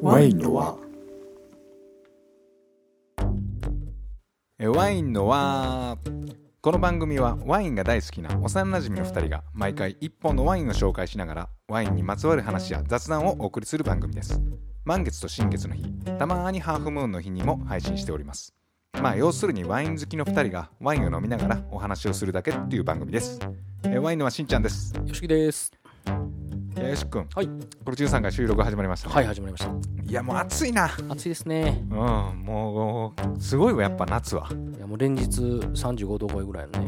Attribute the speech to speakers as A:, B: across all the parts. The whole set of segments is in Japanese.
A: ワインの輪
B: えワインの輪この番組はワインが大好きな幼馴染の2人が毎回1本のワインを紹介しながらワインにまつわる話や雑談をお送りする番組です満月と新月の日たまーにハーフムーンの日にも配信しておりますまあ要するにワイン好きの2人がワインを飲みながらお話をするだけっていう番組ですえワインのはしんちゃんです
C: よしきです。
B: えよしくん
C: はい。
B: これ13回収録始まりましたね、
C: はい、始まりまし
B: いやもう暑いな
C: た。暑いですね。
B: うんもうすごいわやっぱ夏はい
C: や、もう連日35度超えぐらいの
B: う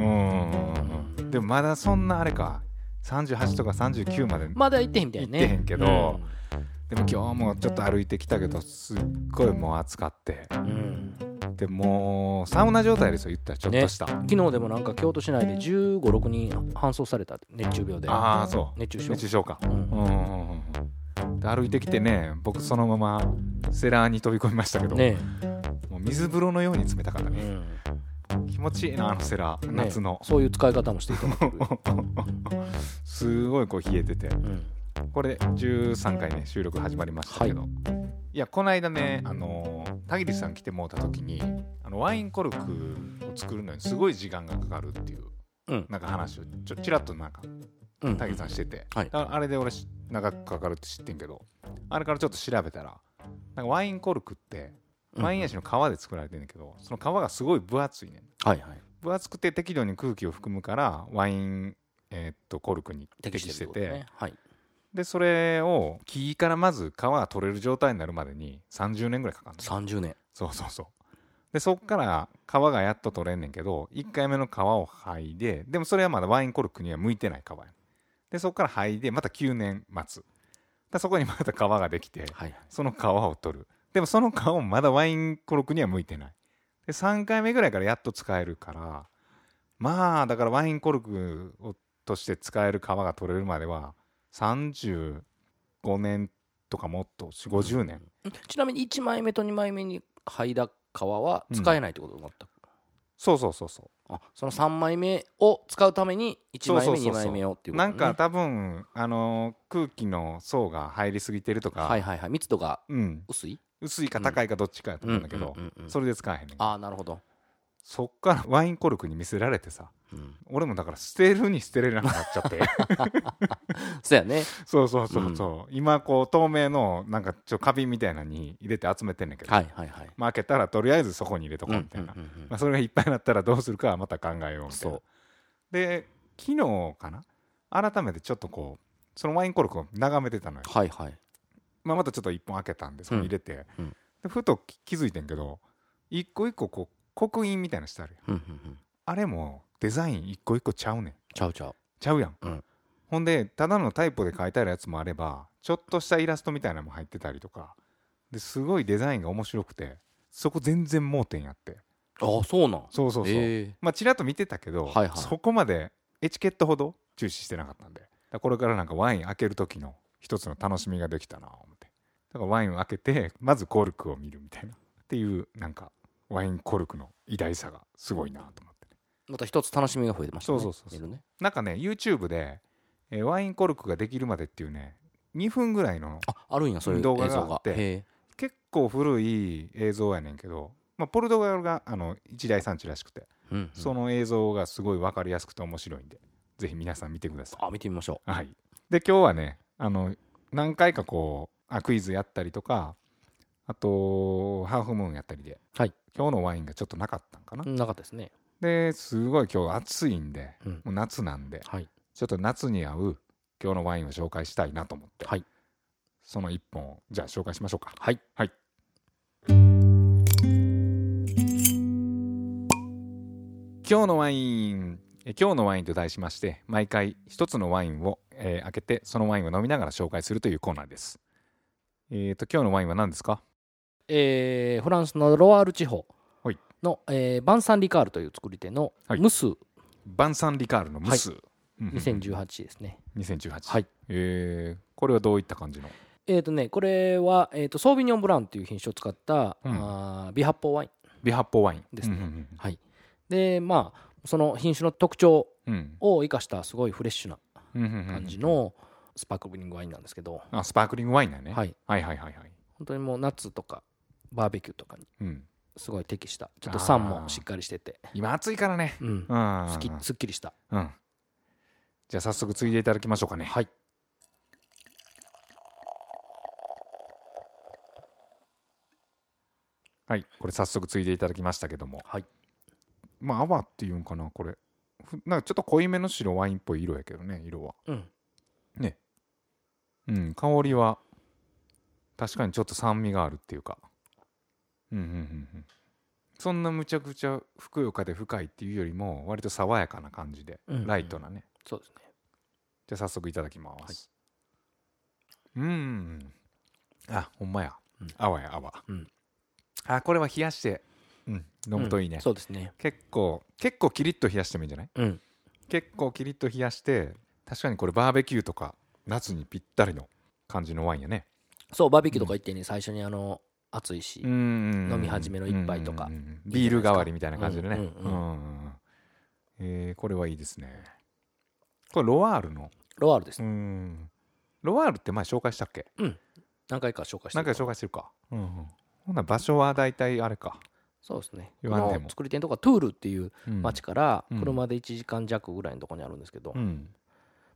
C: ね。
B: んでもまだそんなあれか38とか39まで、
C: まだ行ってへんみたいね。
B: 行ってへんけどでも今日もちょっと歩いてきたけどすっごいもう暑かって
C: うん。うん
B: でもうサウナ状態ですよ言ったらちょっとした、
C: 昨日でもなんか京都市内で15、6人搬送されたって熱中病で。
B: ああそう
C: 熱中症
B: 熱中症か
C: う
B: うん
C: ん。
B: うんうんうんで歩いてきてね僕そのままセラーに飛び込みましたけど、
C: ね
B: もう水風呂のように冷たかった
C: う
B: ね、
C: ん。
B: 気持ちいいなあのセラー、
C: ね
B: 夏の
C: そういう使い方もしていただく。
B: すごいこう冷えてて
C: うん。
B: これ13回ね収録始まりましたけど、い、やこの間ねあのー田切さん来てもうた時にあのワインコルクを作るのにすごい時間がかかるっていう
C: うん。
B: なんか話をちょちらっとなんか
C: うん
B: 田切さんしてて、
C: はい
B: だからあれで俺し長くかかるって知ってんけどあれからちょっと調べたらなんかワインコルクって
C: うん
B: ワインヤシの皮で作られてんだけど、その皮がすごい分厚いねん
C: はいはい。
B: 分厚くて適度に空気を含むからワイン、えーっとコルクに適して
C: る
B: て
C: ってことね。はい。
B: でそれを木からまず皮が取れる状態になるまでに30年ぐらいかかるの
C: 30年。
B: そうそうそうでそっから皮がやっと取れんねんけど1回目の皮を剥いででもそれはまだワインコルクには向いてない皮やねんでそっから剥いでまた9年待つでそこにまた皮ができて
C: はい。
B: その皮を取るでもその皮もまだワインコルクには向いてないで3回目ぐらいからやっと使えるからまあだからワインコルクをとして使える皮が取れるまでは35年とかもっと4 5 0年
C: ちなみに1枚目と2枚目に剥いだ皮は使えないってこと思った。
B: そうそうそうそ
C: あその3枚目を使うために1枚
B: そう
C: 目
B: そうそう
C: 2
B: そう
C: 枚目をっていううこ
B: な
C: と、ね、
B: んか多分あのー空気の層が入りすぎてるとか、
C: はいはいはい密度が
B: うん、
C: 薄い
B: 薄いか高いかどっちかやと思うんだけど、
C: うんうんうんうん
B: それで使えへんねん
C: ああなるほど、
B: そっからワインコルクに見せられてさ
C: うん、
B: 俺もだから捨てるに捨てれなくなっちゃって
C: そうやね
B: そうそうそうそう、今こう透明のなんかちょっと花瓶みたいなのに入れて集めてんねんけど、
C: はいはいはい
B: まあ開けたらとりあえずそこに入れとこうみたいな、
C: うんうんうんう
B: まあ、それがいっぱいになったらどうするかはまた考えようみ
C: ん
B: たいな
C: そ
B: で昨日かな改めてちょっとこうそのワインコルクを眺めてたのよ、
C: うはいはい
B: まあ、またちょっと1本開けたんでそこに入れて、
C: うんうん
B: でふと気気づいてんけど一個一個こう刻印みたいなのしてあるやん
C: うんうんうん
B: あれもデザイン一個一個ちゃうねん
C: ちゃうちゃう
B: ちゃうやん、
C: うん
B: ほんでただのタイプで書いてあるやつもあればちょっとしたイラストみたいなのも入ってたりとかですごいデザインが面白くてそこ全然盲点やって
C: ああそうなん
B: そうそうそう、
C: え
B: まあちらっと見てたけど、
C: はいはい
B: そこまでエチケットほど注視してなかったんでだからこれからなんかワイン開ける時の一つの楽しみができたな思ってだからワインを開けてまずコルクを見るみたいなっていうなんかワインコルクの偉大さがすごいなと思って、ね、
C: ーまた一つ楽しみが増えてましたね
B: そうそうそうそう
C: 見るね
B: なんかね YouTube で、えーワインコルクができるまでっていうね2分ぐらいの
C: ああるんやそういう映
B: 動
C: 像
B: 画
C: が
B: があって
C: へ
B: 結構古い映像やねんけど、まあ、ポルトガルがあの一大産地らしくて、
C: え、うんうん、
B: その映像がすごい分かりやすくて面白いんでぜひ皆さん見てくださ
C: あ見てみましょ
B: い。はい、で今日はねあの何回かこうあクイズやったりとかあとハーフムーンやったりで、
C: はい
B: 今日のワインがちょっとなかったんかな、
C: ううんなかったですね
B: ですごい今日暑いんで、
C: うん
B: もう夏なんで
C: はい
B: ちょっと夏に合う今日のワインを紹介したいなと思って、
C: はい
B: その一本をじゃあ紹介しましょうか。
C: はい
B: はい。今日のワインえ今日のワインと題しまして毎回一つのワインを、えー開けてそのワインを飲みながら紹介するというコーナーです。えっ、と今日のワインは何ですか？
C: えーフランスのロワール地方
B: はい
C: の、えーバンサン・リカールという作り手の
B: はい
C: ムス
B: バンサンリカールのムス。うんうん
C: 2018ですね、
B: 2018。
C: はい。
B: えーこれはどういった感じの？
C: えーとね、これは、えー、とソービニョンブラウンという品種を使った、
B: うん
C: あー微発泡ワイン
B: 微発泡ワイン
C: ですね
B: うんうん
C: でまあその品種の特徴
B: うんうん
C: を生かしたすごいフレッシュな
B: うんうんうんうん
C: 感じのスパークリングワインなんですけど、
B: あスパークリングワインだね、
C: はい、
B: はいはいはいはい
C: 本当にもう夏とかバーベキューとかに
B: うん、
C: すごい適したちょっと酸もしっかりしてて
B: 今暑いからね
C: うん
B: うん
C: すきすっきりした
B: うんじゃあ早速ついでいただきましょうかね
C: はい
B: はいこれ早速ついでいただきましたけども
C: はい
B: まあ泡っていうんかなこれふなんかちょっと濃いめの白ワインっぽい色やけどね色は
C: うん
B: ねうん香りは確かにちょっと酸味があるっていうかうんうんうんうんそんなむちゃくちゃふくよかで深いっていうよりも割と爽やかな感じで
C: うんうん
B: ライトなね
C: そうですね
B: じゃあ早速いただきます、うんあほんまや、
C: うん
B: 泡や泡、
C: うん
B: あこれは冷やして、うん、飲むといいね、
C: うんそうですね
B: 結構結構キリッと冷やしてもいいんじゃない
C: うん
B: 結構キリッと冷やして確かにこれバーベキューとか夏にぴったりの感じのワインやね
C: そうバーベキューとか行ってね最初にあの暑いし
B: 飲
C: 飲み始めの一杯とか
B: ビール代わりみたいな感じでね
C: うんうんうん
B: うんうんうんえーこれはいいですねこれロワールの
C: ロワールです
B: うんロワールって前紹介したっけ
C: 何回か紹介して
B: 何
C: る
B: 回紹介してるかうんうんほんなら場所は大体あれか
C: そうですね
B: 言わんでも
C: この作り手のとこはトゥールっていう
B: うん
C: 町から
B: うん
C: 車で1時間弱ぐらいのとこにあるんですけど
B: うん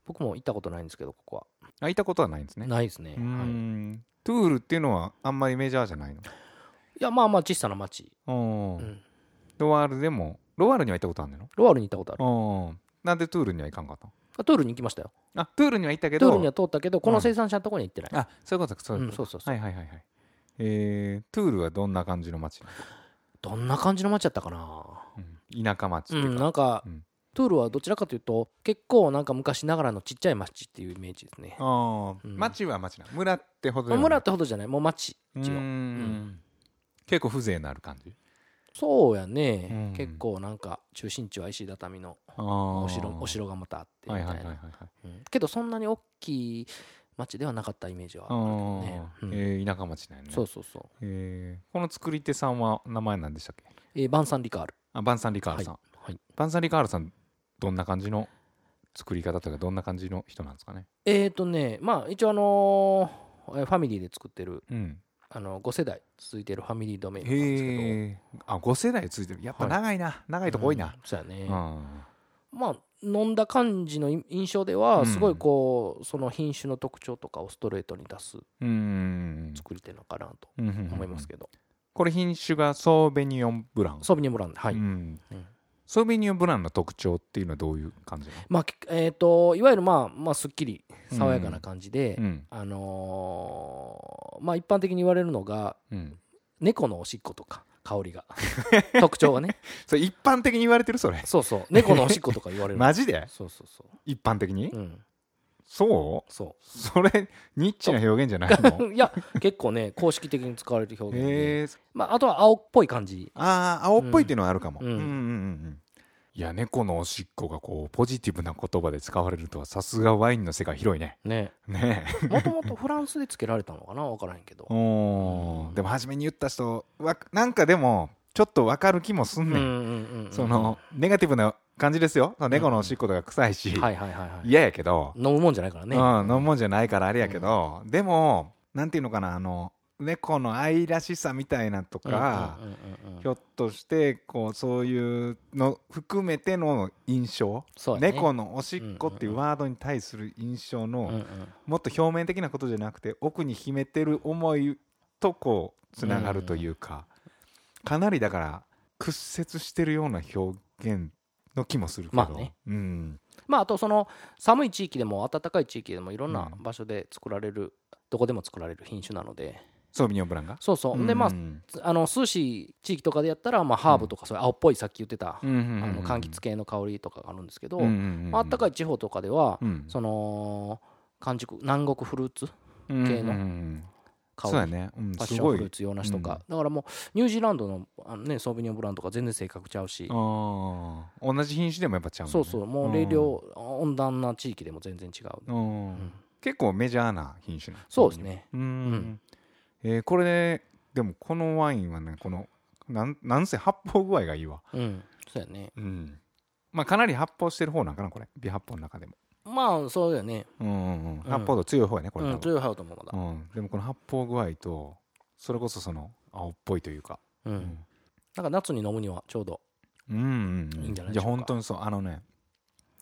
C: 僕も行ったことないんですけどここ
B: あいたことはないんです
C: は
B: ね
C: ないですね
B: う
C: はい
B: んトゥールっていうのはあんまりメジャーじゃないの
C: いやまあまあ小さな町
B: うん
C: うん
B: ロワールでもロワールには行ったことあるんだよ
C: ロワールに行ったことある
B: うんなんでトゥールには行かんかったの
C: あトゥールに行きましたよ
B: あトゥールには行ったけ
C: ト
B: ど
C: ゥールには通ったけどこの生産者のとこには行ってない
B: あそういうことかそういうことか
C: うんそうそうそう
B: はいはいはいはいえー、トゥールはどんな感じの街、
C: どんな感じの町やったかな
B: うん、田舎町
C: う
B: ってい
C: ん
B: うか、
C: なんか
B: うん
C: トゥールはどちらかというと結構なんか昔ながらのちっちゃい町っていうイメージですね
B: あー
C: うん
B: 町は町な村ってほどで
C: まあ
B: も
C: 村ってほどじゃないもう町
B: う
C: 違
B: ーん
C: う
B: 結構風情のある感じ
C: そうや
B: うん
C: ね結構なんか中心地は石畳の
B: お
C: お城お城がまたあってみ
B: は
C: た
B: いはいは
C: い
B: いはい
C: なうんけどそんなに大きい町ではなかったイメージはある
B: はい、
C: ね
B: あー
C: うん
B: えー田舎町なんやね
C: そうそうそう
B: えーこの作り手さんは名前なんでしたっけ
C: えーバンサンリカール
B: あバンサン・リカールさん、
C: はい
B: バンサン・リカールさんどんな感じの作り方というかどんな感じの人なんですかね
C: えっとねまあ一応あのーえーファミリーで作ってる
B: うん
C: あの5世代続いてるファミリードメインなんですけど
B: へえあ5世代ついてるやっぱ長いな、長いとこ多いな、
C: うんそうやね、
B: うん
C: まあ飲んだ感じのい印象で
B: うん
C: はすごいこう、その品種の特徴とかをストレートに出す
B: うん
C: 作り手なのかなと
B: 思
C: 思いますけど、
B: これ品種がソーベニオンブラン
C: ソービニョンブランドはい、
B: うん
C: うん
B: ソーベニオンブランの特徴っていうのはどういう感じなの
C: まあきえっ、といわゆるまあまあすっきり爽やかな感じで、
B: うん
C: あのーまあ一般的に言われるのが
B: うん
C: 猫のおしっことか香 りが特徴がね
B: それ一般的に言われてるそれ
C: そうそう猫のおしっことか言わ れる
B: マジで
C: そうそうそ
B: 一般的に
C: ううん
B: そう
C: そ
B: それニッチな表現じゃないの
C: ういや結構ね公式的に使われる表現で、
B: へえ
C: まあ、あとは青っぽい感じ
B: ああ青っぽいっていうのはあるかも、う、
C: うんん
B: うんうんうんいや猫のおしっこがこうポジティブな言葉で使われるとはさすがワインの世界広いね
C: ね
B: ねえ
C: もともとフランスでつけられたのかな分からへんけど
B: お
C: う
B: ー
C: ん
B: でも初めに言った人わなんかでもちょっとわかる気もすん
C: うん
B: ね
C: うん
B: ん
C: うんうん
B: そのネガティブな感じですよ猫のおしっことか臭いし
C: はいはいはいはい
B: 嫌やけど
C: 飲むもんじゃないから
B: うん
C: ね
B: 飲むもんじゃないからあれやけどでもなんていうのかなあの猫の愛らしさみたいなとか
C: うんうんうんうん
B: ひょっとしてこうそういうの含めての印象
C: そうやね
B: 猫のおしっこっていうワードに対する印象の、
C: うんうん
B: もっと表面的なことじゃなくて奥に秘めてる思いとこうつながるというか、かなりだから屈折してるような表現の気もするけど、
C: まあね
B: うん、
C: まああとその寒い地域でも暖かい地域でもいろんな
B: うん
C: 場所で作られるどこでも作られる品種なので
B: ソービニョンブランが。
C: そうそうでまあ
B: うん
C: つあの涼しい地域とかでやったらまあハーブとかそういう青っぽいさっき言ってたあ
B: うんうんうん
C: の柑橘系の香りとかがあるんですけど
B: うんうんうん
C: まあ暖かい地方とかでは
B: うん
C: その完熟南国フルーツ
B: うん
C: 系の
B: うんうん
C: 香り
B: そうやね、うん、
C: パッシ
B: す
C: ョン
B: ご
C: フルー
B: い
C: ツ用なしとか、だからもうニュージーランドのあの、ね、ソービニョンブランとか全然性格ちゃうし、
B: あー同じ品種でもやっぱちゃうもん
C: そ
B: ね
C: うそうもう冷涼、温暖な地域でも全然違う、
B: うん
C: うん
B: 結構メジャーな品種なの
C: そうですね
B: うん、
C: ん
B: えーこれねでもこのワインはねこのなんなんせ発泡具合がいいわ、
C: うんそうやね
B: うん、まあかなり発泡してる方なんかなこれ微発泡の中でも、
C: まあそうだよね
B: うんうんうん、発泡度強い方やねこれ
C: う
B: 多
C: ん
B: 分、
C: 強いハウトもまだ
B: うんでもこの発泡具合とそれこそその青っぽいというか
C: うん
B: ん
C: なんか夏に飲むにはちょうど
B: うんうんうん
C: いいんじゃない
B: じ
C: で
B: ゃ
C: しょうか
B: あ本当にそうあのね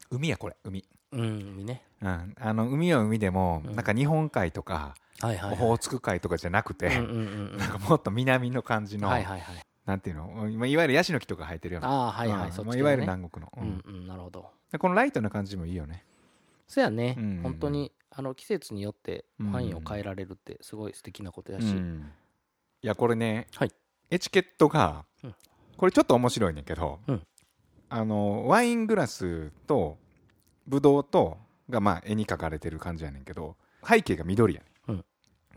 B: 海やこれ海
C: うんね
B: うん、あの海は海でも、
C: うん
B: なんか日本海とか、
C: はい
B: オ
C: はい、はい、
B: ホーツク海とかじゃなくて、
C: うんうんうんう ん
B: なんかもっと南の感じの、
C: はいはいはい
B: なんていうのまあいわゆるヤシの木とか生えてるような、
C: ああはいはい、
B: うん
C: そっち
B: まあ
C: 系ね
B: いわゆる南国の、
C: う
B: うん
C: んうんなるほど
B: でこのライトな感じもいいよね
C: そやね、
B: うんうんうん
C: 本当にあの季節によって
B: うん
C: 範囲を変えられるってすごい素敵なことやし、
B: うんいやこれね、
C: はい
B: エチケットが、
C: うん
B: これちょっと面白いねんけど、
C: うん
B: あのワイングラスとブドウとがまあ絵に描かれてる感じやねんけど背景が緑やね、
C: うん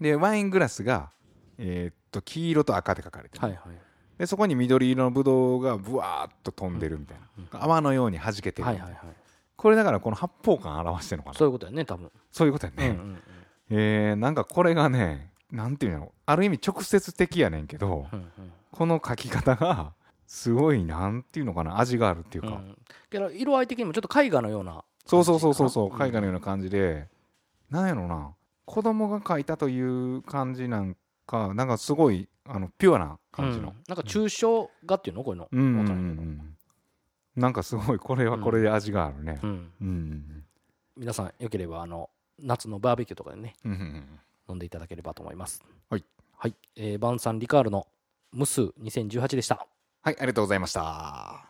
B: でワイングラスが、えーっと黄色と赤で描かれてる、
C: はいはい
B: でそこに緑色のブドウがブワーっと飛んでるみたいな、泡のように弾けてる、
C: はいはいはい
B: これだからこの発泡感表してるのかな
C: そういうことやね多分、
B: そういうことやね、
C: うんうんうん
B: えー、なんかこれがねなんていうのある意味直接的やねんけど、
C: うんうん
B: この書き方がすごいなんていうのかな味があるっていうか、
C: うんけど色合い的にもちょっと絵画のような
B: そうそうそうそうそう
C: 感
B: 絵
C: じ
B: 画
C: かな
B: のような感じで、なんやろな子供が描いたという感じなんかなんかすごいあのピュアな感じ
C: う
B: の
C: ん、なんか抽象画っていうのこういうの、
B: うんうんうん
C: わ
B: う
C: からんけど
B: ん、なんかすごいこれはこれで味があるね、
C: うん
B: うんうん
C: 皆さんよければあの夏のバーベキューとかでね
B: うんうん
C: 飲んでいただければと思います
B: はい、
C: はいえー、バンさんリカールの「ムス2018」でした
B: はいありがとうございました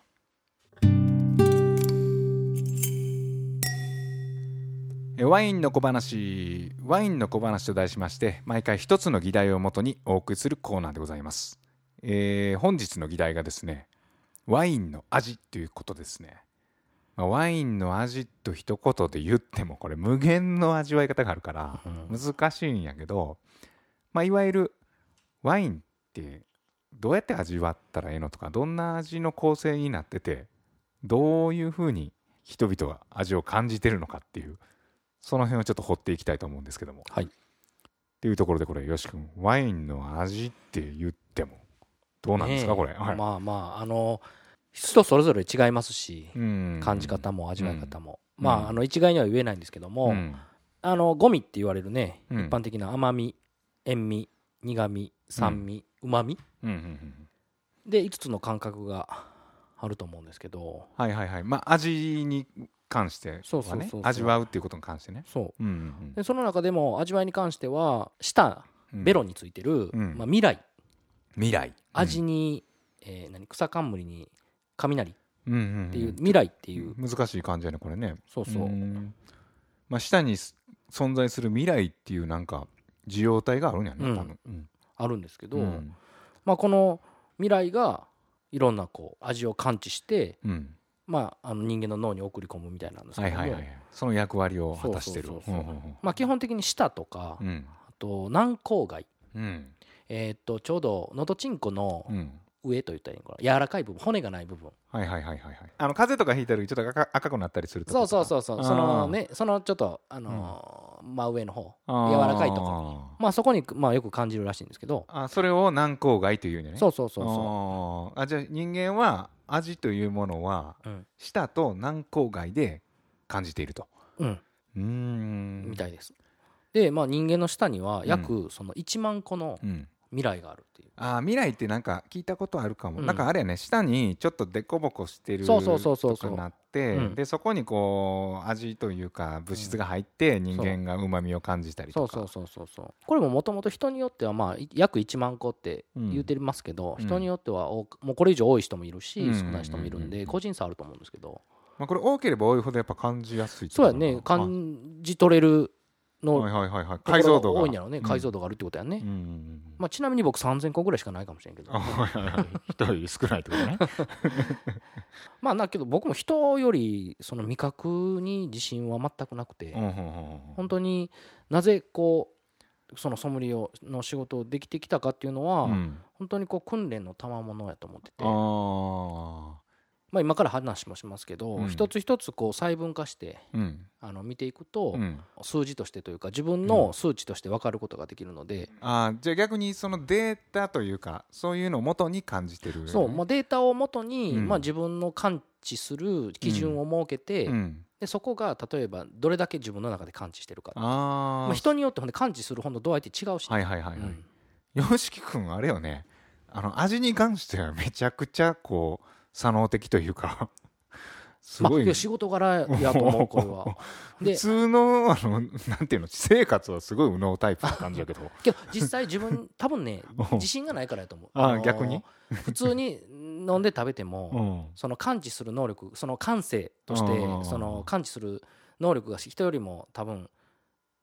B: えワインの小話ワインの小話と題しまして毎回一つの議題をもとにお送りするコーナーでございます、えー本日の議題がですねワインの味ということですねまあワインの味と一言で言ってもこれ無限の味わい方があるから
C: うん
B: 難しいんやけど、まあ、いわゆるワインってどうやって味わったらええのとかどんな味の構成になっててどういうふうに人々が味を感じてるのかっていうその辺をちょっと掘っていきたいと思うんですけども。
C: はい
B: っていうところでこれよし君ワインの味って言ってもどうなんですか、
C: ねえ
B: これ。はい
C: まあまああの人それぞれ違いますし、
B: うん
C: 感じ方も味わい方も、
B: うん
C: ま
B: うん
C: ああの一概には言えないんですけども、
B: うん
C: あのゴミって言われるね、
B: うん
C: 一般的な甘み塩味苦味酸味うま、み
B: うんうんうん
C: で5つの感覚があると思うんですけど
B: はいはいはいまあ味に関してはね
C: そうそうそうそう
B: 味わうっていうことに関してね。
C: そ
B: うん
C: うでその中でも味わいに関しては舌ベ
B: ロ
C: ロについてる、
B: うん
C: まあ、未来
B: 未来
C: 味に、えー何草冠に雷っ
B: うんうんうん
C: ていう、未来っていう、
B: 難しい感じやねこれね
C: そうそう、
B: んまあ下にす存在する未来っていうなんか受容体があるんやね、
C: うん
B: 多分、うん
C: あるんですけど、
B: うん
C: まあ、この未来がいろんなこう味を感知して、
B: うん
C: まあ、あの人間の脳に送り込むみたいなんです
B: はい
C: けども、
B: はいはいその役割を果たしてる
C: そうそうそうそう
B: うんうん
C: まあ、基本的に舌とか、
B: うんうん
C: あと軟口蓋、
B: うん
C: えーっとちょうどのどちんこの
B: うん
C: 上といったらいいのかな柔らかい部分骨がない部分
B: はいはいはいはいはいあの風邪とかひいた時ちょっと赤赤くなったりすると
C: そうそう
B: う
C: そうそう
B: あー
C: そのねそのちょっと、あのー真上の方柔らかいとこ
B: こ
C: まあそこに、まあ、よく感じるらしいんですけど、
B: あそれを軟口外というね
C: そうそうそうそ
B: そうあじゃあ人間は味というものは
C: ううん、
B: 舌と軟口外で感じていると
C: うん、
B: うーん
C: みたいですで、まあ、人間の舌には約その1万個の
B: うん
C: 未来があるっていう、
B: あー未来ってなんか聞いたことあるかも、
C: うん
B: なんかあれやね下にちょっと凸凹してる
C: そうそうそうそう
B: とかなって、
C: うん
B: でそこにこう味というか物質が入って人間がうまみを感じたり
C: そ
B: と
C: う
B: か
C: そうそうそうそうこれももともと人によってはまあい約1万個って言うてますけど、
B: うん
C: 人によっては多くもうこれ以上多い人もいるし、
B: うん
C: 少ない人もいるん
B: うんうんう
C: で
B: ん
C: 個人差あると思うんですけど、
B: まあ、これ多ければ多いほどやっぱ感じやすいってこ
C: そう
B: と
C: や
B: かな
C: ね感じ取れる
B: あ
C: の
B: はいはいはいはい
C: ところ
B: 解像度が
C: 多いんやろうね
B: ん
C: 解像度があるってことやね、
B: うんうんうん
C: まあ、ちなみに僕3000個ぐらいしかないかもしれんけど
B: あはい はいはい一人少ないってことね
C: まあだけど僕も人よりその味覚に自信は全くなくて、
B: うんうんうんうん
C: 本当になぜこうそのソムリエの仕事をできてきたかっていうのは、
B: うん
C: 本当にこう訓練の賜物やと思ってて
B: あ
C: まあ、今から話もしますけど、
B: うん
C: 一つ一つこう細分化して
B: あうん
C: あの見ていくと、
B: うん
C: 数字としてというか自分の数値として分かることができるので、
B: あーじゃあ逆にそのデータというかそういうのを元に感じてる
C: そうまあ、データをもとに、
B: うん
C: まあ、自分の感知する基準を設けて、
B: うん、
C: でそこが例えばどれだけ自分の中で感知してるか
B: あー
C: まあ、人によってほんで感知するほんの度合いって違うし、
B: はいはいはいはい、
C: うん
B: YOSHIKI 君あれよねあの味に関してはめちゃくちゃこう左脳的というか す
C: まあ
B: ごい
C: いや仕事柄やと 思うこれは
B: 普
C: で
B: 通のあのなんていうの私生活はすごい右脳タイプな感じやけど
C: けど実際 自分多分ね
B: うん
C: 自信がないからやと思う
B: あー
C: のー
B: 逆に
C: 普通に飲んで食べても、
B: うん
C: その感知する能力その感性として
B: うん
C: その感知する能力が人よりも多分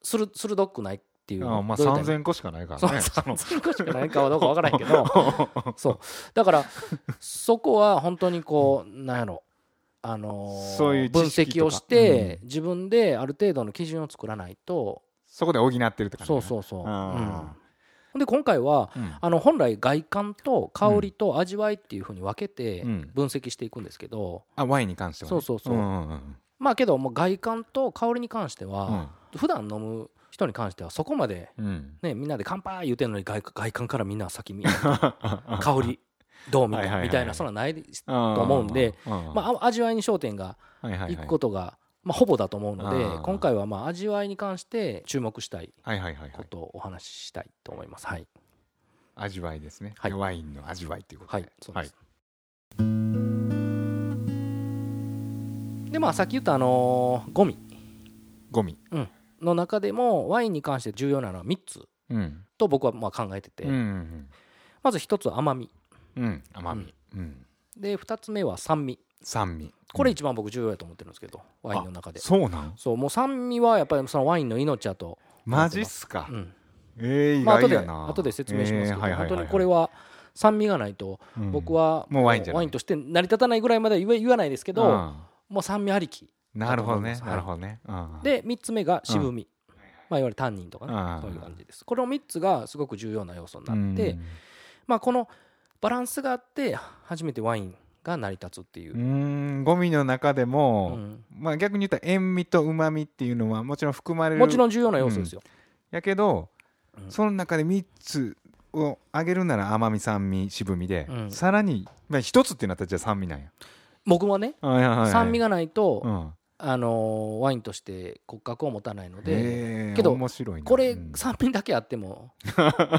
C: する鋭くないっていう
B: あまあ
C: どう言ったらいい
B: 3000個しかないか
C: のそう
B: らね
C: 3000個しかないかはどうかわからへんけどそうだからそこは本当にこうなんやろあのー
B: そういう
C: 分
B: 知識とか
C: 析をして
B: う
C: 自分である程度の基準を作らないと
B: そこで補ってるって感じ
C: そう
B: う
C: そうそう、う
B: あ
C: ん、で今回は
B: うん
C: あの本来外観と香りと味わいっていうふうに分けて
B: うん
C: 分析していくんですけど、
B: あワインに関してはね
C: そうそうそうん
B: うん
C: まあけどもう外観と香りに関しては、
B: う
C: 普段飲む人に関してはそこまで、
B: んうん
C: ね、みんなで乾杯言うてんのに外外観からみんな先 見香りどうみた
B: はいはい
C: いな
B: はい
C: みたいなそんなんないです
B: と
C: 思うんで、ま
B: ま
C: あ、あ味わいに焦点が
B: あ、はいはいいは
C: く
B: い
C: ことが、まあ、ほぼだと思うので
B: あー
C: 今回はまあ味わいに関して注目したい
B: はいはいはいは
C: こ
B: い
C: とをお話ししたいと思います。はい、
B: 味わいですね、
C: はい
B: ワインの味わいということ
C: は
B: で、
C: い、そうです。でまあ、さっき言った、あのーゴミ
B: ゴミ、
C: の中でもワインに関して重要なのは3つ
B: うん
C: と僕はまあ考えてて、
B: うんうん
C: まず1つは甘み
B: うんうん、甘み、うん
C: で2つ目は酸味
B: 酸味
C: これ
B: うん
C: 一番僕重要だと思ってるんですけど、ワインの中で
B: そうなん
C: そうもう酸味はやっぱりそのワインの命やと、
B: マジっすか、
C: うん
B: えー、意
C: まあ、後
B: 外
C: で
B: やな、
C: 後で説明しますけど、
B: えーはいはいはいはい
C: 本当にこれは酸味がないと
B: うん
C: 僕は
B: もうワインじゃない
C: として成り立たないぐらいまでは言え言わないですけど、
B: うん
C: もう酸味ありき
B: なるほど
C: だ
B: ね
C: と思い
B: な
C: ます
B: るほどね、うん、
C: で3つ目が渋み、まあ、いわゆるタンニンとかね、
B: うん
C: そういう感じですこれの3つがすごく重要な要素に
B: う
C: なっ
B: ん
C: て、まあ、このバランスがあって初めてワインが成り立つっていうう、
B: んゴミの中でも、
C: うん
B: まあ、逆に言ったら塩味とうまみっていうのはもちろん含まれる
C: もちろん重要な要素ですよ、
B: やけど、
C: うん
B: その中で3つをあげるなら甘み酸味渋みで、
C: うん
B: さらに、まあ、1つってなったらじゃあ酸味なんや
C: 僕はね酸味
B: が、
C: がないと、
B: うん、
C: あのーワインとして骨格を持たないので
B: へえ
C: けど
B: 面白いな
C: これ
B: うん
C: 酸味だけあっ ても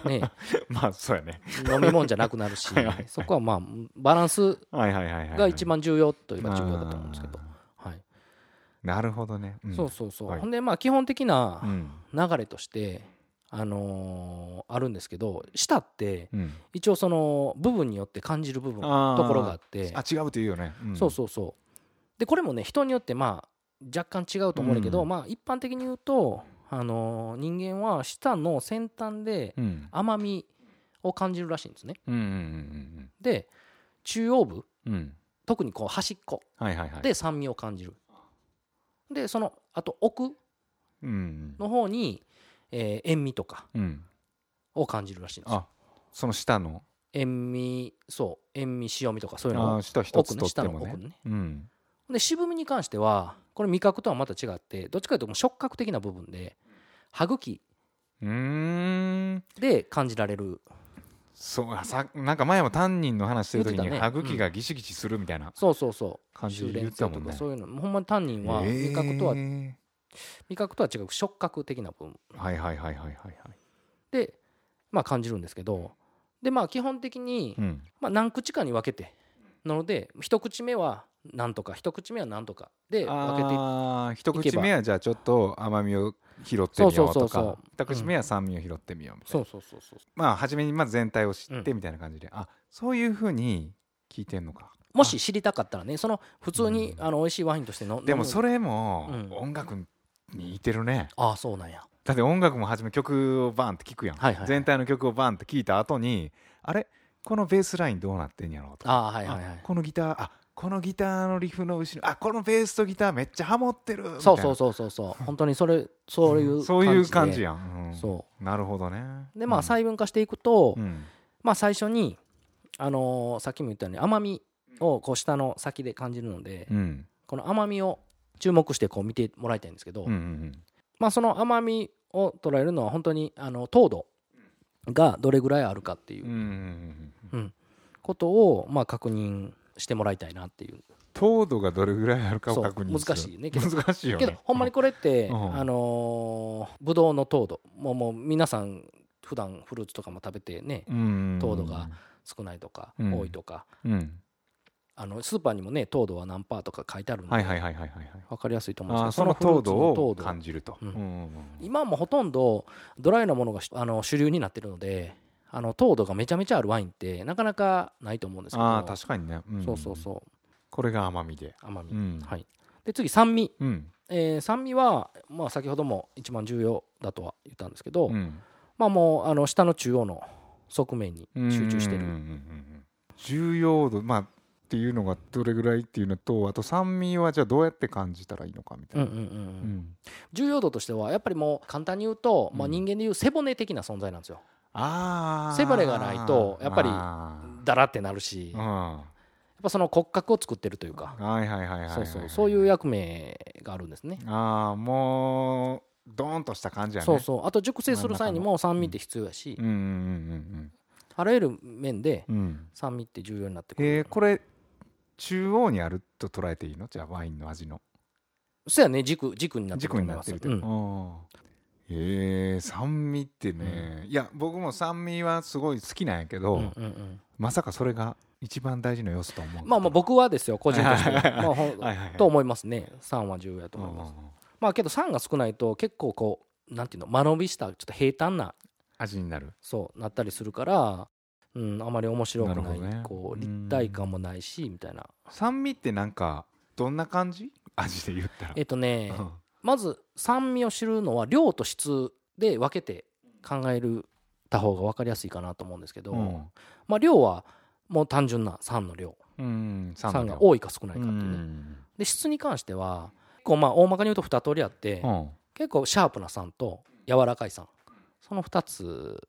C: ね
B: まあそうやね
C: 飲み物じゃなくなるし
B: はいはいはい
C: そこはまあバランス
B: はいはいはいはいはい
C: が一番重要といえば重要だと思うんですけど、
B: あ
C: はい
B: ーなるほどね、ん
C: そうそうそう、
B: はい
C: ほんでまあ基本的な、
B: うん
C: 流れとして、あのーあるんですけど舌って
B: うん
C: 一応その部分によって感じる部分
B: あー
C: ところがあって
B: あ違うというよね、ん
C: そうそうそうでこれもね人によってまあ若干違うと思うんだけど、
B: うん
C: まあ一般的に言うと、あのー人間は舌の先端で
B: うん
C: 甘みを感じるらしいんですね
B: うんうん
C: で中央部
B: うんうんうん
C: 特にこう端っこ
B: はいはいはい
C: で酸味を感じる、でそのあと奥
B: うん
C: の方に、えー塩味とか
B: うん
C: を感じるらしいんですよ
B: あその下の
C: 塩味そう塩味塩味とかそういうの
B: あー
C: を
B: 下一
C: 奥
B: つ取っ
C: の
B: て
C: 下の
B: も
C: 奥の
B: ね
C: ね
B: うん
C: で渋みに関してはこれ味覚とはまた違ってどっちかというともう触覚的な部分で歯茎
B: うーん
C: で感じられる
B: そうあさなんか前もタンニンの話してる時
C: 言っ
B: に
C: てた
B: 歯
C: ね
B: 茎がギシギシするみたいな
C: そうそうそう
B: 感じで
C: 修練
B: 言ってた
C: 性
B: も
C: と
B: ん
C: か
B: ね
C: そういうのほんまにタンニンは
B: えー
C: 味覚とは味覚とは違う触覚的な部分
B: はいはいはいはいはいはい
C: でまあ感じるんですけどでまあ基本的に
B: うん
C: まあ何口かに分けてなので一口目はなんとか一口目はなんとかで分けていっ
B: あー一
C: いけ
B: 口
C: ば
B: 目はじゃあちょっと甘みを拾ってみようと
C: そうそうそう
B: か
C: そう
B: 二口目は酸味を拾ってみようみたい
C: そ
B: な
C: うそうそうそう
B: まあ初めにまず全体を知って
C: う
B: みたいな感じであそういうふうに聞いてんのか
C: もし知りたかったらねその普通に、
B: うん
C: あの美味しいワインとしての
B: でもそ
C: れ
B: れも
C: うん
B: 音楽に似てるね
C: ああそうなんや
B: だって音楽も初め曲をバーンって聞くやん
C: はいはいはい
B: 全体の曲をバーンって聞いた後にあれこのベースラインどうなってんやろうとか
C: ああはいはいは
B: あ
C: い
B: このギターあこのギターのリフの後ろあこのベースとギターめっちゃハモってるみたいな
C: そうそうそうそうそう本当にそれそういう感じで、
B: そういう感じやん、うん
C: そ
B: なるほどね
C: うでまあ細分化していくと、
B: うん
C: まあ最初にあのーさっきも言ったように甘みをこう下の先で感じるので、
B: うん
C: この甘みを注目してこう見てもらいたいんですけど、
B: うんうん
C: まあその甘みを捉えるのは本当にあの糖度がどれぐらいあるかってい
B: うんうんう
C: うんことをまあ確認してもらいたいなっていう
B: 糖度がどれぐらいあるかを
C: そう
B: 確認する
C: 難しいねけど
B: 難しいよね
C: けどほんまにこれって、
B: うん
C: あのー、ブドウの糖度もうもう皆さん普段フルーツとかも食べてね
B: うん
C: 糖度が少ないとか
B: うん
C: 多いとか
B: うん
C: あのスーパーにもね糖度は何パーとか書いてあるんで
B: はいはいはいはいはいはい
C: 分かりやすいと思うん
B: あー
C: です
B: そ
C: けど
B: の糖度
C: フル
B: を
C: ーツの糖
B: 感じると、
C: うん
B: うんうんうん
C: 今はもうほとんどドライなものがあの主流になってるのであの糖度がめちゃめちゃあるワインってなかなかないと思うんですけど
B: ああ確かにね、ん
C: そうそうそう
B: これが甘みで
C: 甘み、
B: うん
C: はい、で次酸味、
B: うん
C: えー酸味は、まあ、先ほども一番重要だとは言ったんですけど、
B: うん
C: まあもうあの下の中央の側面に集中して
B: うんうんうん
C: る
B: うん重要度まあっていうのがどれぐらいっていうのとあと酸味はじゃあどうやって感じたらいいのかみた
C: う
B: い
C: んう
B: なん
C: うんう
B: うんん
C: 重要度としてはやっぱりもう簡単に言うと、まあ、
B: うん
C: 人間でいう背骨的な存在なんですよ、
B: ああ
C: 背骨がないとやっぱり
B: あ
C: だらってなるし、
B: ーう
C: やっ
B: ん
C: ぱその骨格を作ってるというか、
B: はいはいはいはいはい
C: そうそうそういう役目があるんですね
B: ああもうドーンとした感じやね
C: そうそうあと熟成する際にも酸味って必要やし、
B: うんうんうん
C: あらゆる面で
B: うんうん
C: 酸味って重要になってくる、
B: えーこれ中央にあると捉えていいのじゃあワインの味の
C: そうやね軸軸になって
B: 事
C: る
B: 故に
C: と思
B: な
C: い
B: っ
C: ま
B: て
C: す
B: る
C: うん
B: えー、酸味ってね、いや僕も酸味はすごい好きなんやけど、
C: うんうんうん
B: まさかそれが一番大事な要素と思う
C: まあまあ僕はですよ個人として、まあほん
B: はいはいはい
C: と思いますね酸は重要やと思います、
B: うんうんうん
C: まあけど酸が少ないと結構こうなんていうの間延びしたちょっと平坦な
B: 味になる
C: そうなったりするから、うん、あまり面白く
B: な
C: な
B: る
C: い
B: ほどね
C: こ
B: う
C: うん立体感もないしみたいな
B: 酸味ってなんかどんな感じ味で言ったら
C: えっとね
B: うん
C: まず酸味を知るのは量と質で分けて考えるた方が分かりやすいかなと思うんですけど、
B: うん
C: まあ、量はもう単純な酸の量
B: うん酸
C: 酸
B: の量
C: が多いか少ないかっていううね、
B: ん
C: で質に関しては結構まあ大まかに言うと2通りあって、
B: うん
C: 結構シャープな酸と柔らかい酸その2つ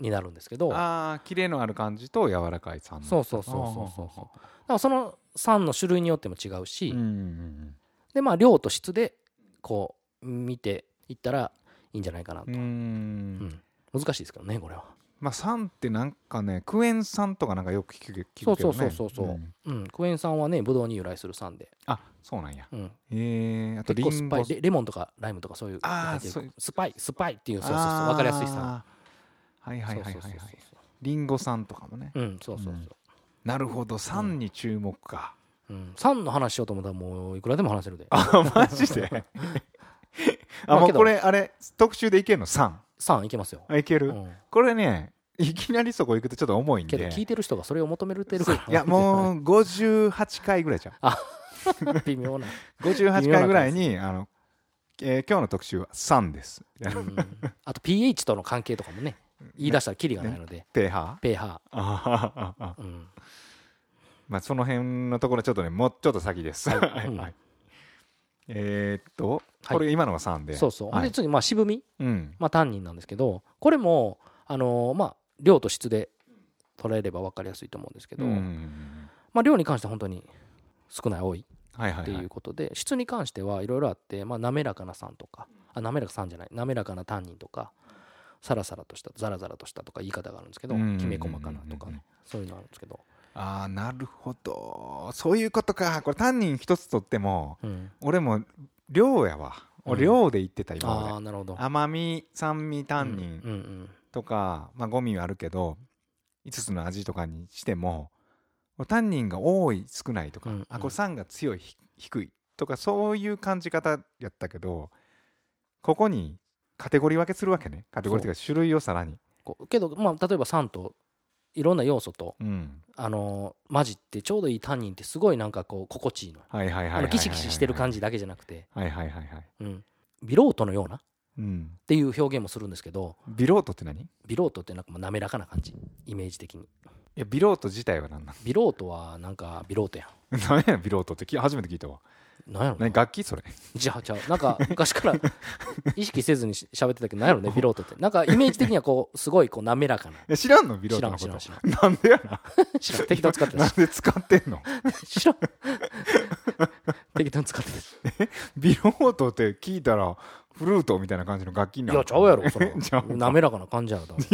C: になるんですけどだか
B: ああキレのある感じと柔らかい酸の
C: そうそうそうそうそうそらその酸の種類によっても違うし、
B: うんうん
C: でまあ量と質でこう見ていったらいいんじゃないかなと
B: うんう、ん
C: うん難しいですけどねこれは。
B: まあ酸ってなんかねクエン酸とかなんかよく聞く聞くけ
C: そ
B: ど
C: う
B: ね
C: そうそうそうそう、
B: ん
C: うん、クエン酸はねブドウに由来する酸で、
B: あそうなんや
C: うん、
B: えー、あと
C: 結
B: リ
C: 構ス
B: ン
C: パ
B: ゴ
C: イレレモンとかライムとかそういう
B: あー
C: 入ってる
B: そう
C: スパイスパイっていうそうそうそう分かりやすい酸
B: あーはいはいはいはい
C: そう
B: は
C: そう
B: い
C: そうそう
B: リンゴ酸とかもね
C: うんそうそうそう、
B: なるほど酸に注目か、
C: うん、酸の話しようと思ったらもういくらでも話せるで
B: あマジ であ
C: まあ
B: もう
C: けど
B: これあれ特集でいけるの酸
C: 酸いけますよ、
B: あいけ
C: う
B: る、
C: ん、
B: これねいきなりそこ行くとちょっと重いんで
C: けど聞いてる人がそれを求めてるから
B: いやもう58回ぐらいじゃん
C: う 微妙な、
B: 58回ぐらいにあの、えー今日の特集は酸です
C: うん、あと pH との関係とかもね言い出したらキリがないので、
B: ペーハー
C: pH、
B: あははは
C: うん、
B: まあ、その辺のところちょっとねもうちょっと先です。はい
C: うん
B: はいえーっと
C: はい
B: これ今のが3で、
C: そうそう、
B: は
C: で
B: い
C: 次まあ渋み
B: うん
C: まあ、タンニンなんですけどこれも、あのーまあ、量と質で捉えれば分かりやすいと思うんですけ
B: う
C: ど、
B: ん
C: まあ、量に関しては本当に少ない多い
B: はいは
C: っ
B: い
C: て
B: はい
C: いうことで、質に関してはいろいろあって、まあ、滑らかな酸とかあ滑らか酸じゃない滑らかなタンニンとかサラサラとしたザラザラとしたとか言い方があるんですけど
B: うん
C: きめ細かなとかねそういうのあるんですけど、
B: ああなるほどそういうことかこれ単人一つとっても
C: うん
B: 俺も量やわ俺
C: うん
B: 量で言ってた今
C: あ
B: ま
C: あ
B: で、
C: なるほど
B: 甘み酸味単人
C: うんうん
B: とか、まあゴミはあるけど5つの味とかにしても単人が多い少ないとか、
C: うん
B: あ
C: うん
B: これ酸が強いひ低いとかそういう感じ方やったけどここにカテゴリー分けするわけねカテゴリーというか種類をさらに
C: こうけど、まあ、例えば酸といろんな要素と、
B: うん
C: あのー混じってちょうどいいタンニンってすごいなんかこう心地いいのよ
B: はいはいはい
C: あ
B: はい
C: のキシキシしてる感
B: じ
C: じだけじゃなくて、
B: はいはいはいはい
C: うん、ビロートのようなっ
B: うん
C: ていう表現もするんですけど
B: ビロートって何い
C: ビロートってなんかもう滑らかな感じイメージ的に
B: やビロート自体は何な
C: ビロートはなんかビロートや
B: の 何やビロートってき初めて聞いたわ
C: んなんやろな
B: 何楽器それ
C: じゃあじゃあなんか昔から 意識せずにし喋ってたけどなんやろねビロートってなんかイメージ的にはこうすごいこう滑らかな
B: え知らんのビロー
C: 知
B: ト
C: ら
B: の
C: ん
B: こ
C: 知らん知
B: と
C: らん
B: なんでやな
C: 知らん適当に使ってた
B: なん
C: し
B: で使ってんの
C: 知らん適当に使ってたし
B: ビロートって聞いたらフルートみたいな感じの楽器に
C: い
B: なる
C: やちゃうやろ そ
B: ちゃう
C: の滑らかな感じや ろ多分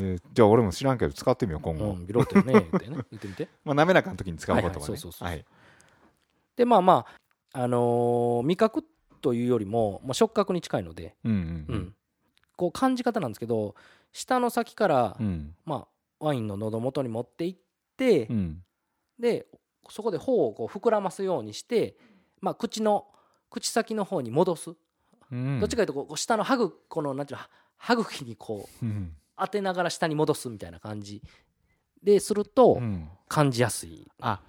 B: えーじゃあ俺も知らんけど使ってみよう今後、
C: うんビロートよねっ てね言ってみて
B: まあ、滑らかな時に使う言葉ね
C: はいはいそうそうそう
B: はい
C: でまあまあ、あのー味覚というよりも、まあ、触覚に近いので、
B: うんうん
C: うんこう感じ方なんですけど舌の先から、
B: うん
C: まあ、ワインの喉元に持っていって、
B: うん
C: でそこで頬をこう膨らますようにして、まあ、口の口先の方に戻す、
B: うん
C: どっちかというとこうこう舌の歯ぐこのなんていうの歯歯茎にこう
B: うん
C: 当てながら下に戻すみたいな感じですると、
B: うん
C: 感じやすい、
B: あ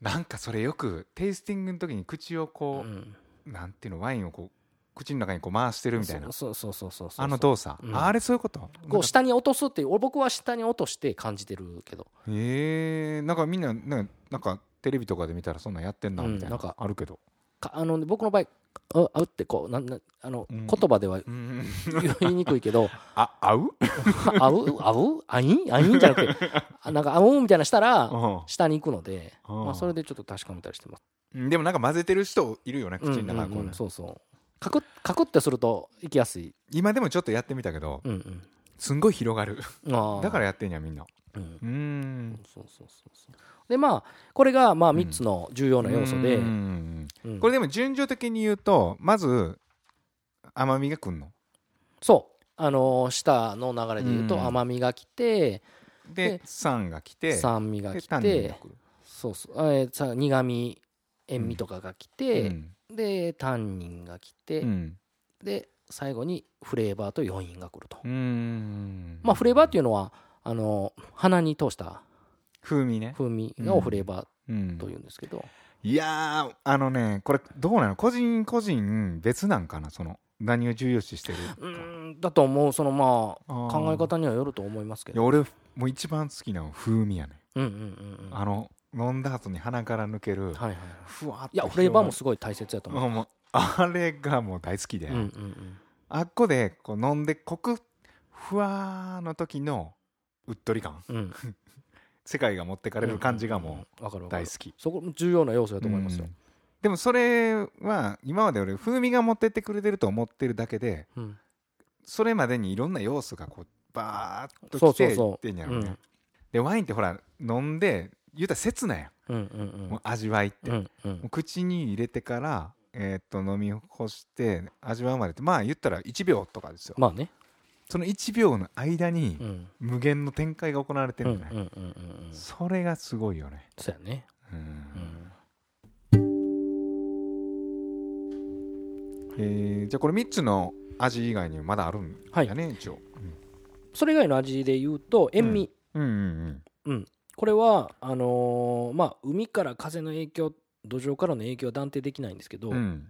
B: なんかそれよくテイスティングの時に口を
C: う
B: こ
C: ん、
B: う、なんていうのワインをこう口の中にこう回してるみたいな
C: そうそうそうそうそうそう
B: あの動作、
C: うん
B: あれそういうこと
C: こう下に落とすっていう僕は下に落として感じてるけど
B: えー、なんかみんななんかなんかテレビとかで見たらそんなんやってんな
C: うん
B: みたいな,、
C: なんか
B: あるけど、
C: かあの僕の場合ああうってこうなんなんあの、
B: うん
C: 言葉 では
B: うん、
C: 言いにくいけど
B: あ合う、
C: あうあうあいんあいんじゃなくて あなんかあうんみたいなしたら
B: うん
C: 下に行くので、
B: うん
C: まあ、それでちょっと確かめたりしてます、
B: でもなんか混ぜてる人いるよね口
C: うん
B: の中こうね、
C: うんうんそうそうカクッカクッてすると行きやすい、
B: 今でもちょっとやってみたけど、
C: うん
B: すんごい広がる
C: うん、あー
B: だからやってんやみんな
C: うん
B: うーん
C: そうそうそうそうでまあこれがまあ3つの重要な要素で、
B: うーん
C: うん
B: これでも順序的に言うとまず甘みがくんの
C: そうあのー舌の流れで言う
B: うん
C: と甘みがきて
B: で
C: で
B: 酸が来て
C: 酸味が
B: で
C: き
B: タンニンが
C: て
B: 来る
C: そうそうえーさ苦味塩味とかがき
B: う
C: て
B: ん
C: でタンニンがきて
B: うん
C: で最後にフレーバーと余韻が来ると
B: うーん
C: まあフレーバーっていうのはあのー鼻に通した
B: 風味ね
C: 風味
B: う
C: を
B: ん
C: フレーバ
B: うん
C: ーというんですけど
B: いやーあのねこれどうなの個人個人別なんかなその何を重要視してる
C: うーんだと思うそのまあ
B: あー
C: 考え方にはよると思いますけ
B: いや
C: ど
B: 俺もう一番好きなのは風味やね
C: うんうんうんうんは
B: あの飲んだ後に鼻から抜ける
C: いはいはい
B: ふわっと
C: いやフレーバーも
B: 広
C: すごい大切だと
B: がる
C: 思う
B: もうあれがもう大好きで、
C: うんうんうん
B: あっこでこう飲んでコクふわーの時のうっとり感
C: うん
B: 世界が持ってかれる感じが
C: んん
B: も
C: んわかる
B: う
C: わか
B: 大
C: る
B: 好き
C: そこも重要な要素だと思いますよ
B: うん、でもそれは今まで俺風味が持ってってくれてると思ってるだけで
C: うん
B: それまでにいろんな要素がこうバーっと
C: そう
B: き
C: そ
B: て
C: うそう
B: いってんやろねでワインってほら飲んで言うたら切ないやん、
C: うんうん
B: もう味わいって、
C: うんうんう
B: もうん口に入れてから、えーっと飲み干して味わうまでってまあ言ったら1秒とかですよ
C: まあね
B: その1秒の間に
C: うん
B: 無限の展開が行われて
C: うんう
B: る
C: んうんん
B: だ
C: う
B: ね、
C: んうん
B: それがすごいよね
C: そうやね
B: うん
C: うん
B: えーじゃあこれ3つの味以外にもまだあるん
C: はい
B: だね、一応
C: それ以外の味で言うと塩味
B: うんうん
C: これはあのーまあ海から風の影響土壌からの影響は断定できないんですけど
B: うんうん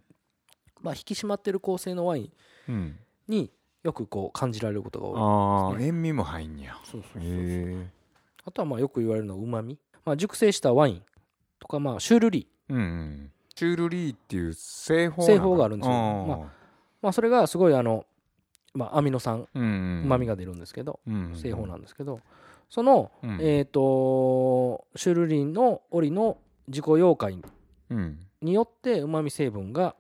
C: まあ引き締まってる構成のワイン
B: うん
C: によくこう感じられることが多い
B: あ
C: そう
B: あ
C: で
B: 塩味も入んねや
C: そうそうそうそう
B: へ
C: あとはまあよく言われるのはうまみまあ熟成したワインとかまあシュールリー
B: えうんうんチュールリーっていう製法
C: 製法があるんですよ
B: ま
C: まあそれがすごいあのまあアミノ酸
B: あうん
C: うまみが出るんですけど製法なんんですけどその
B: うん
C: えー、とシュルリンの檻の自己溶解
B: うん
C: によってうまみ成分が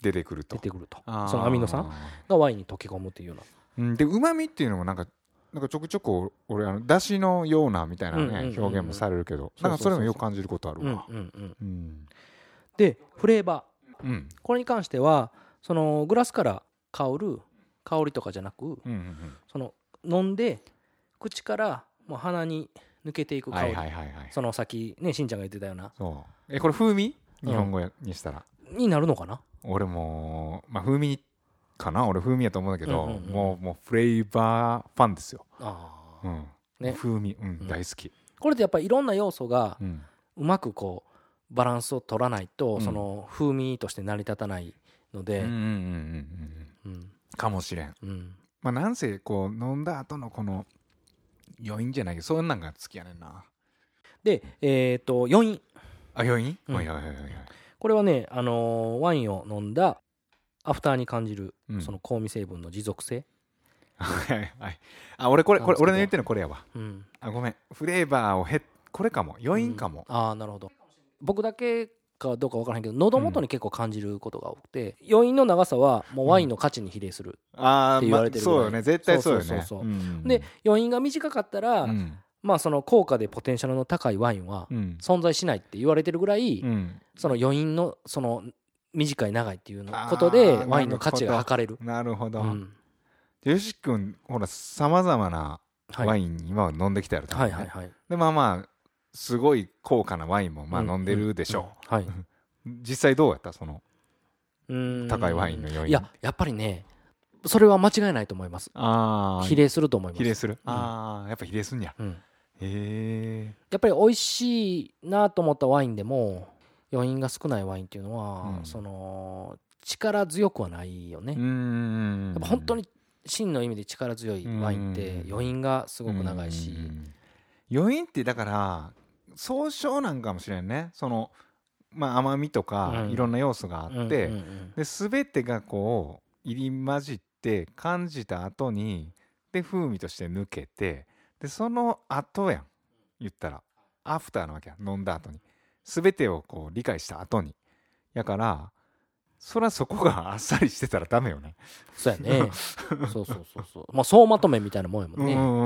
B: 出てくると
C: 出てくると
B: あー
C: そのアミノ酸がワインに溶け込むっていうよう
B: うんでうまみっていうのもなんかなんかちょくちょく俺あのだしのようなみたいな
C: うんうんうん
B: ね
C: うん
B: 表現もされるけど
C: そうそうそうそう
B: なんかそれもよく感じることある
C: な、
B: わ
C: うんうんうん、
B: うん
C: でフレーバ
B: うん
C: ーこれに関してはそのグラスから香る香りとかじゃなく
B: うんうん
C: その飲んで口からもう鼻に抜けていく
B: うん
C: 香
B: は
C: り、
B: いはいはいはい
C: その先ねしんちゃんが言ってたような
B: そうえこれ風味
C: うん
B: 日本語にしたら
C: になるのかな
B: 俺もまあ風味かな俺風味やと思うんだけど
C: うんうんうん
B: もうもうフレーバーファンですよ
C: あ
B: う
C: ー
B: ん
C: ね
B: 風味うん
C: うん
B: 大好き
C: これでやっぱりいろんな要素が
B: うん
C: うまくこうバランスを取らないと、
B: うん
C: その風味として成り立たないの
B: うん
C: で
B: うんうんうんうん
C: うん
B: かもしれん
C: うん
B: まあなんせこう飲んだ後のこの余韻じゃないけどそういうのが好きやねんな
C: でえっ、と余韻
B: あ余韻、
C: うん
B: はいはいはいはいはい
C: これはね、あのーワインを飲んだアフターに感じる、
B: うん
C: その香味成分の持続性、
B: はいはいあ俺これこれ俺の言ってるのこれやわ
C: うん
B: あごめんフレーバーをへこれかも余韻かも、
C: うんああなるほど僕だけかどうか分からへんけど喉元に結構感じることが多くて、余韻の長さはもうワインの価値に比例する、
B: あ
C: っ
B: あ
C: て言われてるぐらい
B: そうよね絶対そうよね
C: そうそうそうそうんで余韻が短かったら、
B: うん
C: まあその効果でポテンシャルの高いワインは
B: うん
C: 存在しないって言われてるぐらい、
B: うん
C: その余韻のその短い長いっていうの
B: あー
C: ことでワインの価値が測れる
B: なるほど、
C: うん
B: よし君ほらさまざまな
C: はい
B: ワイン今は飲んできてやると思
C: は
B: う
C: い
B: ね
C: はいはい
B: でまあまあすごい高価なワインもまあ
C: うん
B: 飲んでるでしょ
C: うんはい、
B: う実際どうやったその
C: うーん
B: 高いワインの要因
C: いややっぱりねそれは間違いないと思います
B: ああ
C: 比例すると思います
B: 比例する
C: うん
B: ああやっぱ比例すんや
C: うん、
B: へえ
C: やっぱり美味しいなと思ったワインでも余韻が少ないワインっていうのは、
B: うん
C: その力強くはないよね、
B: う
C: やっ
B: ん
C: ぱ本当に真の意味で力強いワインって
B: うん
C: 余韻がす
B: す
C: ごく長いし、
B: 余韻ってだから総称なんかもしれんねそのまあ甘みとか
C: うん
B: いろんな要素があっ
C: う
B: て
C: んうんうん
B: で全てがこう入り混じって感じた後にで風味として抜けてでその後やん言ったらアフターなわけやん飲んだ後に全てをこう理解した後にやからそらそこが あっさりしてたらダメよね
C: そうやねそうそうそうそうまあ総まとめみたいなもんやも
B: うんん
C: ね、
B: うんうん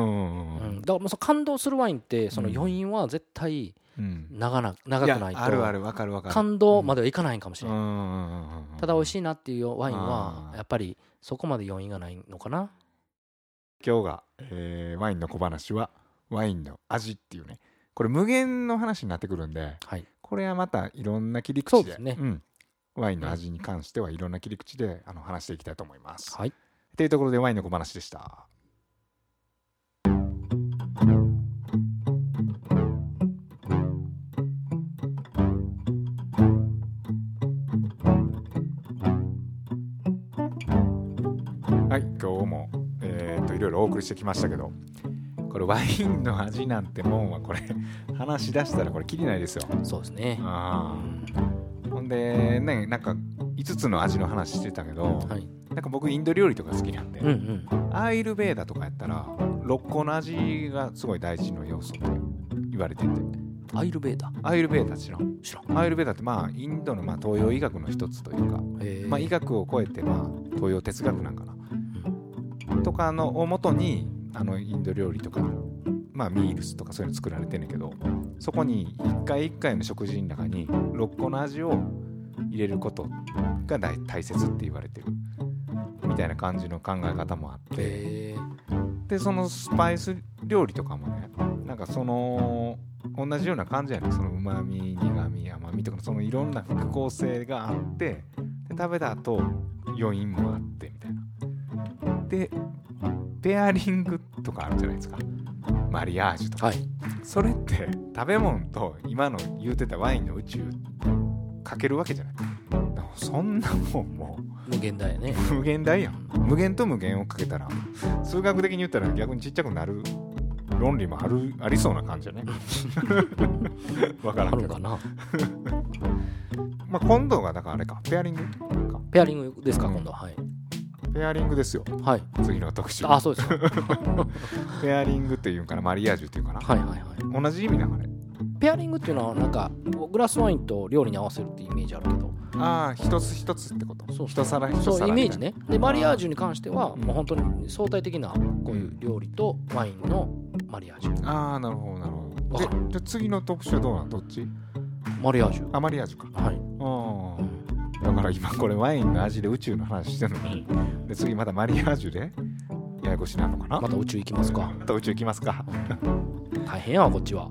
B: う
C: うん
B: ん
C: だからもうその感動するワインってその
B: うん
C: 余韻は絶対
B: うん
C: 長な長
B: い
C: く
B: や
C: ないと
B: あるあるわかるわかる
C: 感動まではいかないんかもしれない、
B: た
C: ただ美味
B: い
C: しいなっていうワインは
B: あー
C: やっぱりそこまで余韻がないのかな
B: 今日が、えーワインの小話はワインの味っていうねこれ無限の話になってくるんで
C: はい
B: これはまたいろんな切り口で
C: そうですね
B: んワインの味に関してはいろんな切り口であの話していきたいと思います。
C: はい
B: というところでワインの小話でした。はい、今日も、えー、といろいろお送りしてきましたけどこれワインの味なんてもんはこれ話し出したらこれきりないですよ。
C: そうですね
B: あ
C: は
B: ーほんでねなんか5つの味の話してたけど、
C: い
B: なんか僕インド料理とか好きなんで、
C: うんうん
B: アイルベーダとかやったら六個の味がすごい大事の要素って言われてて
C: アイルベーダ
B: アイルベーダ知らん
C: 知らん
B: アイルベーダってまあインドのまあ東洋医学の一つというか、
C: え
B: まあ、医学を超えてまあ東洋哲学なんかなとかのをもとにあのインド料理とかまあミールスとかそういうの作られてんねんけどそこに一回一回の食事の中に六個の味を入れることが大大切って言われてるみたいな感じの考え方もあって。
C: え
B: でそのスパイス料理とかもねなんかその同じような感じやねそのうまみ苦み甘みとかのそのいろんな複合性があってで食べた後余韻もあってみたいなでペアリングとかあるじゃないですかマリアージュとか
C: はい
B: それって食べ物と今の言うてたワインの宇宙かけるわけじゃないそんなもんもう
C: 無限大やね
B: 無限大やん無限と無限をかけたら数学的に言ったら逆にちっちゃくなる論理もあるありそうな感じだね わから
C: あ
B: ん
C: る
B: け
C: んか
B: ど、
C: な
B: まあ、今度がだからあれかペアリングか
C: ペアリングですか
B: うん
C: 今度ははい
B: ペアリングですよ
C: はい
B: 次の特集
C: あそうですか
B: ペアリングっていうんかなマリアージュっていうかな、
C: はいはいはい
B: 同じ意味だからね
C: ペアリングっていうのはなんかグラスワインと料理に合わせるってイメージあるけど
B: ああ一つ一つってこと
C: そう
B: 一皿一皿
C: そうイメージ
B: み
C: ねでマリアージュに関しては
B: うん
C: もう本当に相対的なこういう料理とワインのマリアージ
B: たい
C: ュ
B: なああなるほどなるほど
C: わか
B: でじゃあ次の特集はどうなんどっち
C: マリアージュ
B: あマリアージュか
C: はい
B: あ
C: う
B: あ
C: ん
B: だから今これワインの味で宇宙の話してるのにで次またマリアージュでややこしなのかな
C: また宇宙行きますか
B: また宇宙行きますか
C: 大変やわこっちは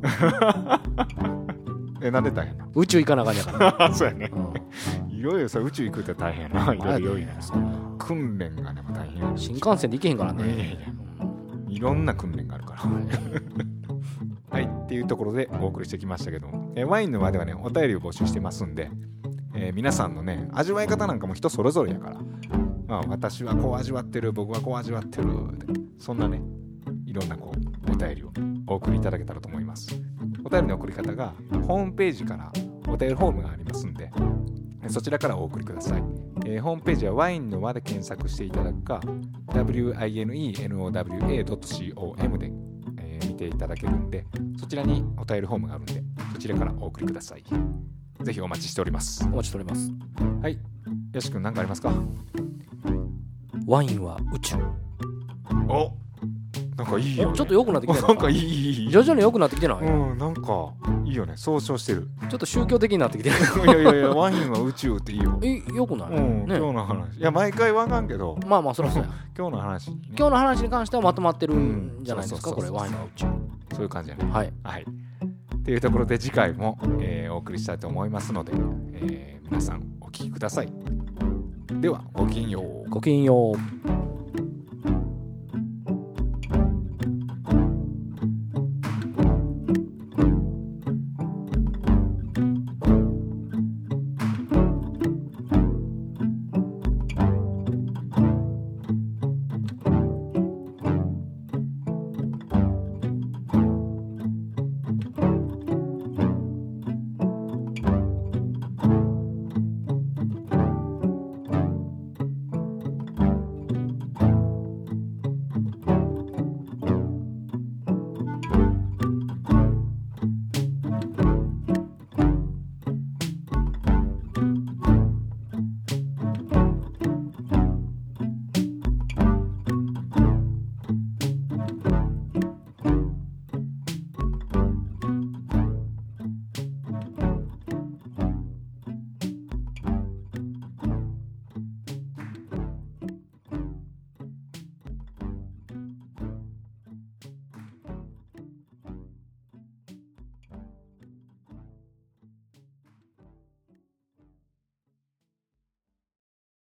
B: えなんで大変なの
C: 宇宙行 かなあかんやか ら
B: そうやね
C: うん
B: いろいろさ宇宙行くって大変やないろいろ用意な
C: そんな
B: 訓練がねまあ大変やね
C: 新幹線で行けへんから
B: いやいや
C: ね
B: いやいろんな訓練があるからはいっていうところでお送りしてきましたけどえワインの輪ではねお便りを募集してますんで、えー皆さんのね味わい方なんかも人それぞれやから、まあ、私はこう味わってる僕はこう味わってるでそんなねいろんなこうお便りをお送りいただけたらと思いますお便りの送り方がホームページからお便りフォームがありますんでえそちらからお送りください、えーホームページはワインの輪で検索していただくか winenowa.com で、えー見ていただけるんでそちらにお便りフォームがあるんでそちらからお送りくださいぜひお待ちしております
C: お待ちしております
B: はいよし君何かありますか
C: ワインは宇宙
B: おなんかいい
C: ちょ
B: よ、ね、
C: っと良くなってきた
B: なんか
C: い
B: いいいいいい
C: 徐々に良くなってきてない
B: うんなんかいいよね総称 してる
C: ちょっと宗教的になってきて
B: いやいやいやワインは宇宙っていいよ、
C: えよくない、
B: うん
C: ね
B: 今日の話いや毎回わかんけど
C: まあまあそりゃそうや
B: 今日の話にね、
C: 今日の話に関してはまとまってるん
B: うん
C: じゃないですか
B: そう
C: こ
B: そ
C: れ
B: うそうそう
C: ワインの宇宙
B: そういう感じやね
C: はい
B: はいっていうところで次回も、えーお送りしたいと思いますので、えー皆さんお聴きくださいではごきげんよう
C: ごきげんよう